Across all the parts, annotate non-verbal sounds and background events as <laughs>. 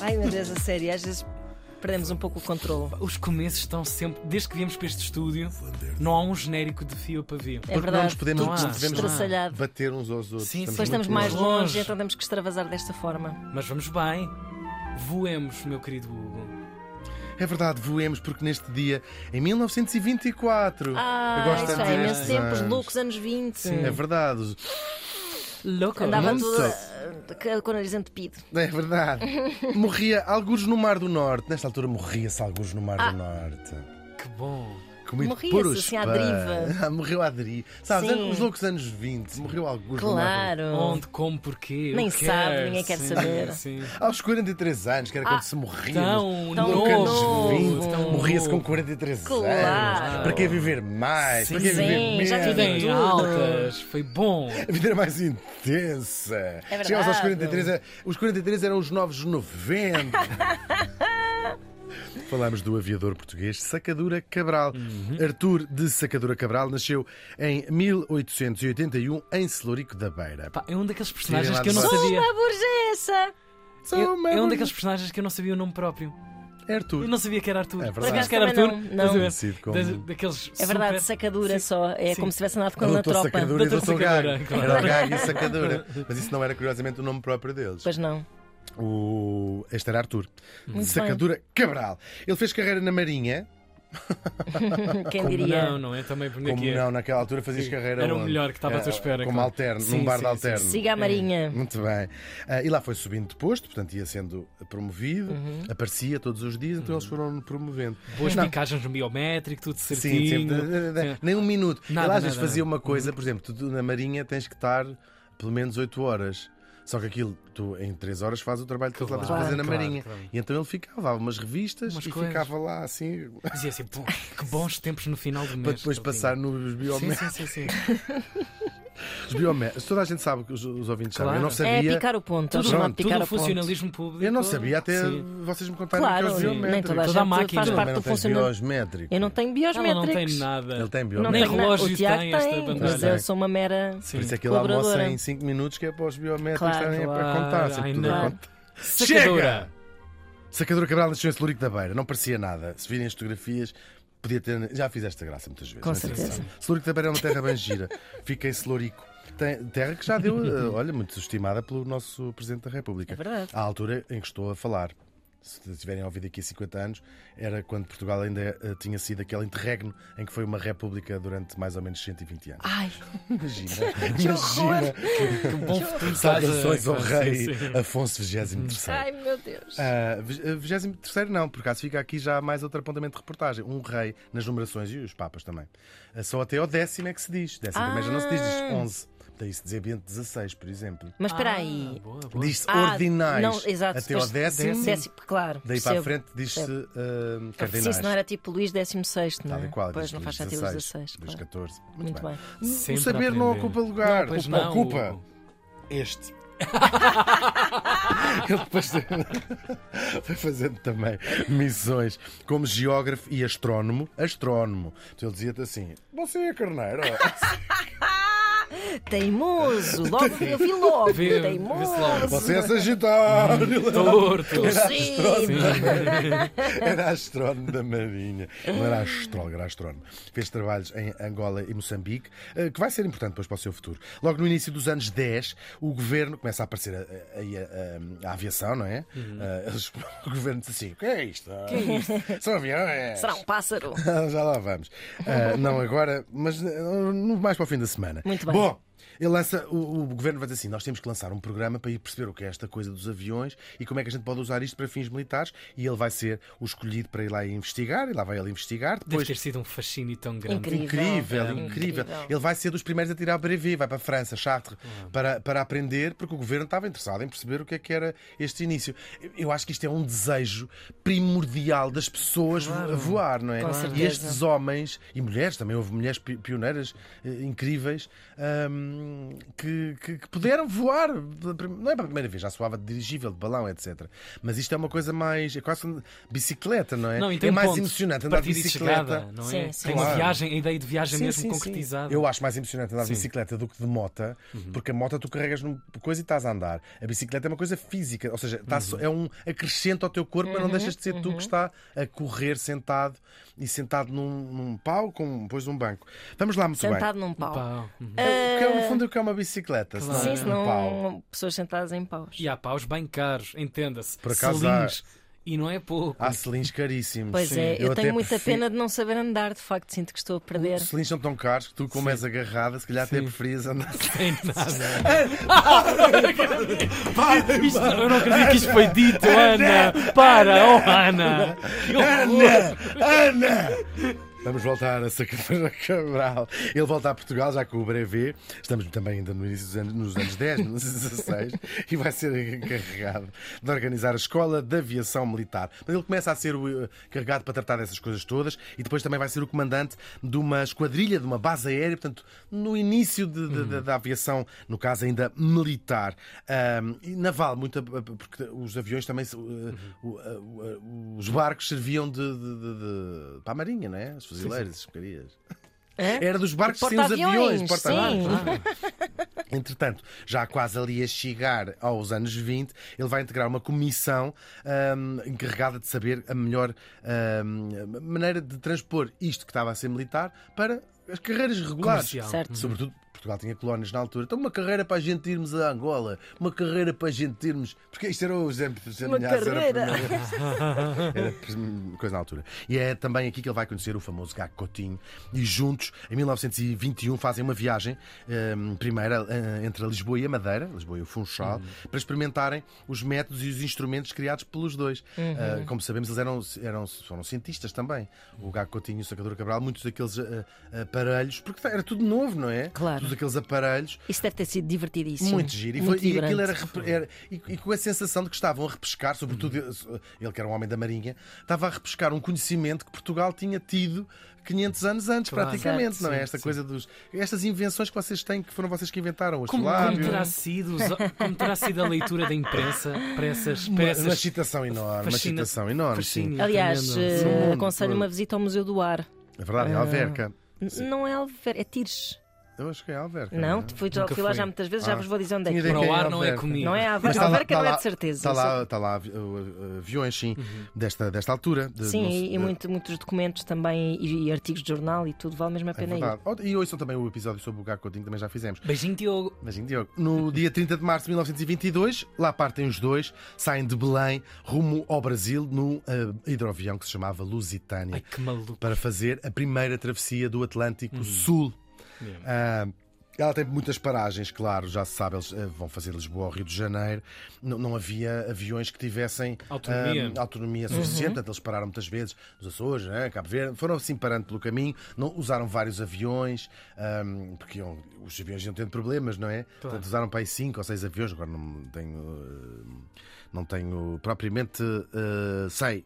Ai, Ai meu Deus, a sério, às vezes perdemos um pouco o controle. Os começos estão sempre, desde que viemos para este estúdio, não há um genérico de fio para ver. É Porque não nos verdade. podemos, Não há, não devemos não há. Estraçalhado. bater uns aos outros. Sim, Depois muito estamos mais longe. longe, longe. então temos que extravasar desta forma. Mas vamos bem. Voemos, meu querido Hugo. É verdade, voemos, porque neste dia, em 1924. eu Ah, gosto isso tanto é destes imenso tempo, os anos. loucos anos 20. Sim. É verdade. os- Louco. Andava Nossa. tudo ah, com o nariz entupido. É <laughs> verdade. morria alguns no Mar do Norte. Nesta altura morria-se alguns no Mar do Norte. Que bom. Comido Ah. Morria-se, por os assim, à pães. deriva. <laughs> Ah, Morreu à deriva. Sabes, Sim. os loucos anos 20, morreu alguns no Mar do Norte. Claro. Onde, como, porquê? eu Nem quero. sabe, ninguém quer Sim, saber. Sim. Aos 43 anos, que era quando se morria. Ah, Tão Tão Louco novo. anos 20, tão morria-se com novo. 43 Claro. anos. Para que viver mais? Sim, Para que viver sim, já menos? Tudo em Tudo. altas. Foi bom. A vida era mais intensa. É verdade. Chegámos aos 43. eh, Os 43 eram os <laughs> novos 90. Falámos do aviador português Sacadura Cabral. Uhum. Arthur de Sacadura Cabral nasceu em 1881 em Celorico da Beira. Pá, é um daqueles personagens lá que eu não de baixo. sabia. Uma é burguesa! Sou uma É é um mulher. daqueles personagens que eu não sabia o nome próprio. É Eu Arthur. não sabia que era Arthur. É verdade. Sabias que era Também Arthur? não, não. Estás a ver? Conhecido como- Da- Daqueles É verdade, sacadura só. É Sim. como se tivesse andado com ele na Doutor tropa. Sacadura e Doutor Doutor Sacadura, Gago. claro. Era o Gago e a Sacadura. Mas isso não era, curiosamente, o nome próprio deles. Pois não. O... Este era Arthur. Muito Sacadura Cabral. Ele fez carreira na Marinha. Quem Como diria? Não, não é também por Como aqui. não, naquela altura fazias Sim, carreira. era o onde? melhor que estava à tua Eh, espera, Como claro. alterno, Sim, num bar sim, de sim, alterno. Siga a Marinha. Muito bem. Ah, e lá foi subindo de posto, portanto ia sendo promovido, Uhum. aparecia todos os dias, então eles foram promovendo. Boas Não, picagens no biométrico, tudo Sim, certinho. sempre. Sim. Nem um minuto. Nada, Ele às vezes nada, fazia nada. Uhum. uma coisa, por exemplo, tu tu na Marinha tens que estar pelo menos 8 horas. Só que aquilo, tu em 3 horas fazes o trabalho que tu lá Claro, tens para fazer na claro, Marinha. claro. E então ele ficava, dava umas revistas Umas e coisas. ficava lá assim, Dizia assim, "Pô, que bons tempos no final do mês. para depois Tadinho." passar nos <laughs> Sim, biométricos. sim, sim. sim. Toda a gente sabe, que os, os ouvintes Claro. sabem. Eu não É sabia. picar o ponto. é Tudo, chamado Pronto, picar tudo o o ponto. funcionalismo público. Eu não sabia, até Sim. vocês me contaram que é Claro, os nem biométricos. toda a Toda a gente máquina. faz Não, Também parte do não tens funcionalismo. biosmétrico. Eu não tenho Ela não tem biométricos. nada. Ele tem Não biométricos. Nem tenho nada. relógio O Tiago tem esta mas vantagem. eu sou uma mera. Sim. Por isso é que ele almoça Colaboradora. em 5 minutos, que é para os biométricos Claro, estarem a- a claro, contar. sempre ai, tudo a não. contar. é Sacadora! Sacadura Cabral nasceu em Celurico da Beira, não parecia nada. Se virem as fotografias, podia ter. Já fiz esta graça muitas vezes. Com não é certeza. sensação. Celurico da Beira é uma terra bem gira. Fica em Celurico. Tem- Terra que já <laughs> deu, eh, olha, muito estimada pelo nosso Presidente da República. É verdade. À altura em que estou a falar. Se tiverem ouvido aqui há 50 anos, era quando Portugal ainda eh, tinha sido aquele interregno em que foi uma república durante mais ou menos 120 anos. Ai, <laughs> Imagina, imagina. Que bom futuro estás a- Saudações ao Sim, rei sim. Afonso XXIII. ai meu Deus. Ah, vi- ah, 23 não, por acaso fica aqui já mais outro apontamento de reportagem. Um rei nas numerações e os papas também. Ah, Só até ao décimo é que se diz. Décimo também já não se diz, diz Ah. 11. Daí se dizer Bento 16, por exemplo. Mas espera Ah, aí. boa, boa. Diz-se Ah, ordinais não, exato, até ao mas- décimo. Décimo, claro. Daí para a percebo. frente diz-se ah, Se cardinais. isso não era tipo Luís XVI, não Tal é? e qual, pois diz não Luís faz sentido os 16. Luís claro. 14. Muito bem. O Sempre a saber não aprender. ocupa lugar. Pois Ocupa- não, ocupa. Hugo. Este. <laughs> Ele depois <laughs> foi fazendo também missões como geógrafo e astrónomo. Astrónomo. Então ele dizia-te assim: Você é <laughs> carneiro. é Teimoso, logo <laughs> eu vi logo. Vê- Teimoso. vê-se logo. Você é sagitário. Torto. Sim. <laughs> Era astrónomo da Marinha. Não era astrólogo, era astrónomo. Fez trabalhos em Angola e Moçambique, eh, que vai ser importante depois para o seu futuro. Logo no início dos anos 10, o governo começa a aparecer aí a, a- a aviação, não é? Eh, eles- <laughs> o governo diz assim: o que é isto? São aviões. Será um pássaro? <laughs> Já lá vamos. Ah, não agora, mas eh, no- mais para o fim da semana. Muito bem. Bom, ele lança, o, o governo vai dizer assim: nós temos que lançar um programa para ir perceber o que é esta coisa dos aviões e como é que a gente pode usar isto para fins militares. E ele vai ser o escolhido para ir lá investigar, e lá vai ele investigar. Deve Depois, ter sido um fascínio tão grande. Incrível. Incrível, É. incrível. Incrível. Ele vai ser dos primeiros a tirar o brevet, vai para a França, Chartres, para, para aprender, porque o governo estava interessado em perceber o que é que era este início. Eu- Eu acho que isto é um desejo primordial das pessoas vo- voar, não é? Com e certeza. estes homens e mulheres, também houve mulheres pi- pioneiras eh, incríveis, hum, hum, que, que- que puderam voar. pela prim- Não é para a primeira vez, já soava de dirigível, de balão, etc. Mas isto é uma coisa mais. É quase como bicicleta, não é? Não, e é tem um mais ponto emocionante de andar de partida e de bicicleta. chegada, não é? Sim, sim. Tem uma Claro. viagem, a ideia de viagem É mesmo concretizada. Eu acho mais emocionante andar de Sim. Uhum. bicicleta do que de mota, porque a moto tu carregas numa coisa e estás a andar. A bicicleta é uma coisa física, ou seja, está só- Uhum. é um acrescento ao teu corpo, mas não deixas de ser tu que está a correr sentado e sentado num, num pau com depois um banco. Vamos lá, muito Sentado num pau. Pau. Uhum. bem. É o que é, no fundo, é o que é uma bicicleta, se Claro. não Sim, é senão um pau. pessoas sentadas em paus. E há paus bem caros, entenda-se. Por acaso Selins. E não é pouco. <laughs> Há selins caríssimos. Pois é, eu, até tenho muita prefiro- pena de não saber andar, de facto, sinto que estou a perder. Os selins são tão caros que tu, como és agarrada, se calhar até <laughs> preferias andar. Tem é <laughs> nada. Isto- eu não acredito que isto foi <laughs> dito, Ana. Para, oh Ana. Que horror. Ana! Ana! Vamos voltar a Sacramento <laughs> Cabral. Ele volta a Portugal já com o brevet. Estamos também ainda no início dos anos, <laughs> nos anos 10, 1916, e vai ser encarregado de organizar a Escola de Aviação Militar. Mas ele começa a ser o, eh, carregado para tratar dessas coisas todas e depois também vai ser o comandante de uma esquadrilha, de uma base aérea, portanto, no início de- de- de- da aviação, no caso ainda militar. Ahm, e naval, muito, a- a- porque os aviões também, se- eh, o- a- o- a- os barcos serviam de, de- de- de- para a marinha, não é? As fuzileiras, as porcarias. Hã? Era dos barcos sem os É? Porta-aviões, aviões, porta-aviões. sim. Entretanto, já quase ali a chegar aos anos 20, ele vai integrar uma comissão ahm, encarregada de saber a melhor ahm, maneira de transpor isto que estava a ser militar para as carreiras regulares. Comercial. Certo. Sobretudo, Portugal tinha colónias na altura. Então, uma carreira para a gente irmos a Angola, uma carreira para a gente irmos. Porque isto era o exemplo dos Uma ameaças, era a carreira. primeira- era pres- coisa na altura. E é também aqui que ele vai conhecer o famoso Gago Coutinho. E juntos, em 1921, fazem uma viagem, hum, primeira hum, entre Lisboa e a Madeira, Lisboa e o Funchal, para experimentarem os métodos e os instrumentos criados pelos dois. Ah, como sabemos, eles eram, eram, foram cientistas também. O Gago Coutinho e o Sacador Cabral, muitos daqueles ah, aparelhos, porque era tudo novo, não é? Claro. Todos aqueles aparelhos Isso deve ter sido divertidíssimo. muito giro. E, foi- Muito e aquilo vibrante. era, rep- era- e, e com a sensação de que estavam a repescar, sobretudo Uhum. ele- ele que era um homem da Marinha, estava a repescar um conhecimento que Portugal tinha tido 500 anos antes, Claro. praticamente, Certo, não é? sim, Esta sim. coisa dos. Estas invenções que vocês têm, que foram vocês que inventaram, o Como, como, astrolábio. terá sido, os- como terá sido a leitura da imprensa para essas Uma, uma peças? excitação enorme, uma Fascina- excitação enorme, assim, sim. fascina, Aliás, tremendo. Sim. eh, aconselho uma visita ao Museu do Ar. É verdade, é Ah. Alverca. N- Não é Alver, é Tires. Eu acho que é Alverca. Não, é? fui, já, Nunca fui lá fui. já muitas vezes, já Ah. vos vou dizer onde é Tinha que ideia Para é. que o é ar não é Alverca. comigo. Não é a Mas está lá- Alverca, está não é lá- de certeza. Uhum. Está lá, está lá uh, uh, aviões, sim, desta, desta altura. de- Sim, não se- e, e de- muito- muitos documentos também e, e artigos de jornal e tudo, vale mesmo a É pena ir. verdade. Oh, E ouçam também o episódio sobre o Gago Coutinho, também já fizemos. Beijinho, Diogo. Beijinho, Diogo. No dia 30 de março de 1922, lá partem os dois, saem de Belém rumo ao Brasil num ah, hidroavião que se chamava Lusitânia Ai, que <laughs> maluco. para fazer a primeira travessia do Atlântico Sul. Ah, ela tem muitas paragens, claro, já se sabe, eles ah, vão fazer Lisboa ao Rio de Janeiro. Não, não havia aviões que tivessem Autonomia. ah, autonomia suficiente, portanto, eles pararam muitas vezes nos Açores, né, Cabo Verde, foram assim parando pelo caminho, não, usaram vários aviões, ah, porque iam- os aviões iam tendo problemas, não é? Portanto, usaram para aí 5 ou 6 aviões, agora não tenho, ah, não tenho propriamente ah, sei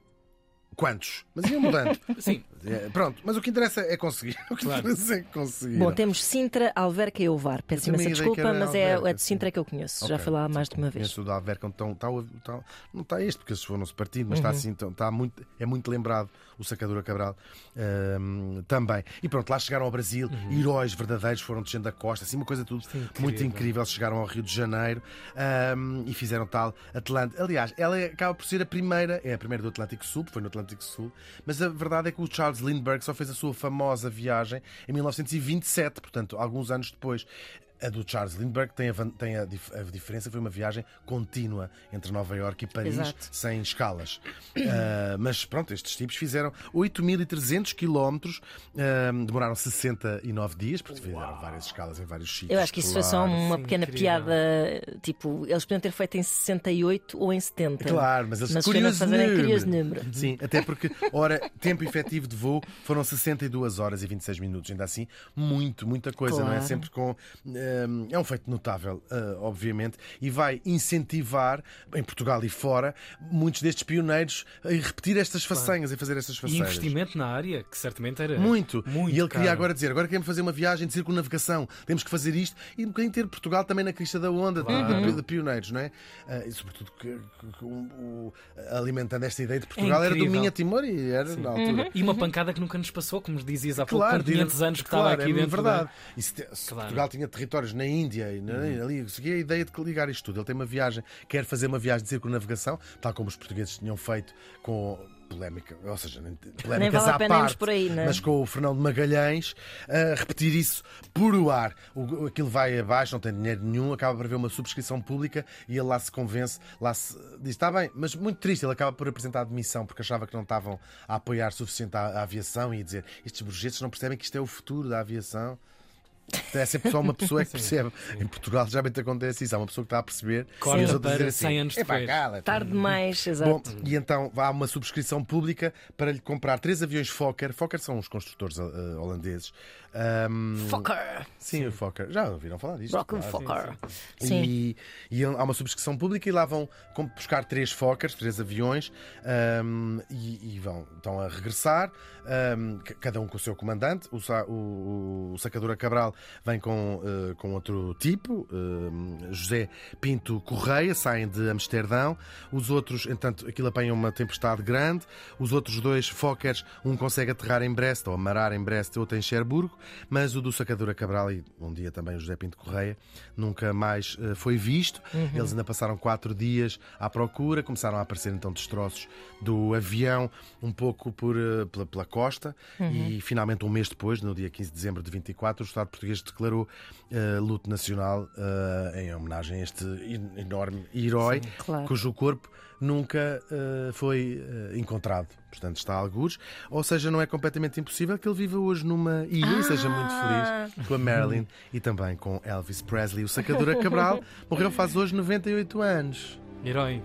quantos, mas iam mudando. Sim, É, pronto, mas o que interessa é conseguir. <laughs> O que Claro. interessa é conseguir. Bom, temos Sintra, Alverca e Ovar. Peço Eu tinha imensa ideia que desculpa, era mas é, Alverca, é de Sintra que eu conheço. Já Ok. fui lá mais de uma vez. Conheço o da Alverca, onde estão- está tá o- está- não está este, porque eles foram-se partindo, mas está assim, então, está muito, é muito lembrado o Sacadura Cabral hum, também. E pronto, lá chegaram ao Brasil, heróis verdadeiros foram descendo a costa, assim, uma coisa tudo muito incrível. Eles Chegaram ao Rio de Janeiro hum, e fizeram tal Atlântico. Aliás, ela é- acaba por ser a primeira, é a primeira do Atlântico Sul, foi no Atlântico Sul, mas a verdade é que o Charles Lindbergh só fez a sua famosa viagem em 1927, portanto, alguns anos depois. A do Charles Lindbergh tem, a, van- tem a dif- a diferença, foi uma viagem contínua entre Nova Iorque e Paris, Exato. sem escalas. <clears throat> Ah, mas pronto, estes tipos fizeram 8.300 quilómetros, ah, demoraram 69 dias, porque fizeram várias escalas em vários sítios. Eu acho que isso foi só claro. uma Sim, pequena incrível. piada. Tipo, eles podiam ter feito em 68 ou em 70. Claro, mas eles Mas curioso escolheram fazer é em número. curioso número. Sim, até porque, ora, tempo efetivo de voo foram 62 horas e 26 minutos, ainda assim, muito, muita coisa, não é? Claro. Sempre com eh, hum, é um feito notável, ah, obviamente, e vai incentivar, em Portugal e fora, muitos destes pioneiros a repetir estas façanhas e fazer estas E façanhas. investimento na área, que certamente era. Muito. É. muito E ele queria caro. agora dizer: agora queremos fazer uma viagem de circunnavigação, temos que fazer isto e um bocadinho ter Portugal também na crista da onda de- Uhum. de, de pioneiros, não é? Ah, e sobretudo que, que- que um- o- alimentando esta ideia de Portugal era do É incrível. Uhum. Minha Timor e era na altura. E uma pancada que nunca nos passou, como dizias há pouco, Claro, com 500 dire- anos que claro, estava aqui é dentro. da- verdade. E se, te- se Claro. Uhum. Portugal tinha territórios na Índia e na, ali, seguia a ideia de que ligar isto tudo. Ele tem uma viagem, quer fazer uma viagem de circunnavigação, tal como os portugueses tinham feito com polémica, ou seja, nem- polémicas vale a à pena irmos parte, por aí, não é? mas com o Fernão de Magalhães, a repetir isso por o ar. O, aquilo vai abaixo, não tem dinheiro nenhum, acaba por haver uma subscrição pública e ele lá se convence, lá se diz, está bem, mas muito triste, ele acaba por apresentar admissão porque achava que não estavam a apoiar suficiente a, a aviação e a dizer, estes burgueses não percebem que isto é o futuro da aviação. É sempre só <laughs> uma pessoa é que percebe. Em Portugal já muito acontece isso. Há uma pessoa que está a perceber Corta e os outros para dizem assim, 100 anos "Epá, depois." cala-te." Tarde demais, Bom, exato. e então há uma subscrição pública para lhe comprar três aviões Fokker. Fokker são os construtores eh, holandeses. Ahm, Fokker! sim, o Fokker. Já ouviram falar disto? Rock and claro. Fokker! Sim. E, e há uma subscrição pública e lá vão com- buscar três Fokkers, três aviões, ahm, e, e vão estão a regressar, ahm, c- cada um com o seu comandante. O, sa, o- o Sacadura Cabral vem com, eh, com outro tipo, ahm, José Pinto Correia, saem de Amsterdão. Os outros, entanto, aquilo apanha uma tempestade grande. Os outros dois Fokkers, um consegue aterrar em Brest, ou amarar em Brest, outro em Cherburgo, mas o do Sacadura Cabral e um dia também o José Pinto Correia nunca mais eh, foi visto. Eles ainda passaram quatro dias à procura, começaram a aparecer então destroços do avião, um pouco por, eh, pela, pela costa, e finalmente, um mês depois, no dia 15 de dezembro de 24, o Estado português declarou eh, luto nacional eh, em homenagem a este en- enorme herói, claro. cujo corpo nunca eh, foi eh, encontrado. Portanto, está a algures. Ou seja, não é completamente impossível que ele viva hoje numa ilha e seja muito Ah. feliz com a Marilyn e também com Elvis Presley. O Sacadura Cabral morreu faz hoje 98 anos. Herói.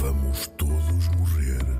Vamos todos morrer.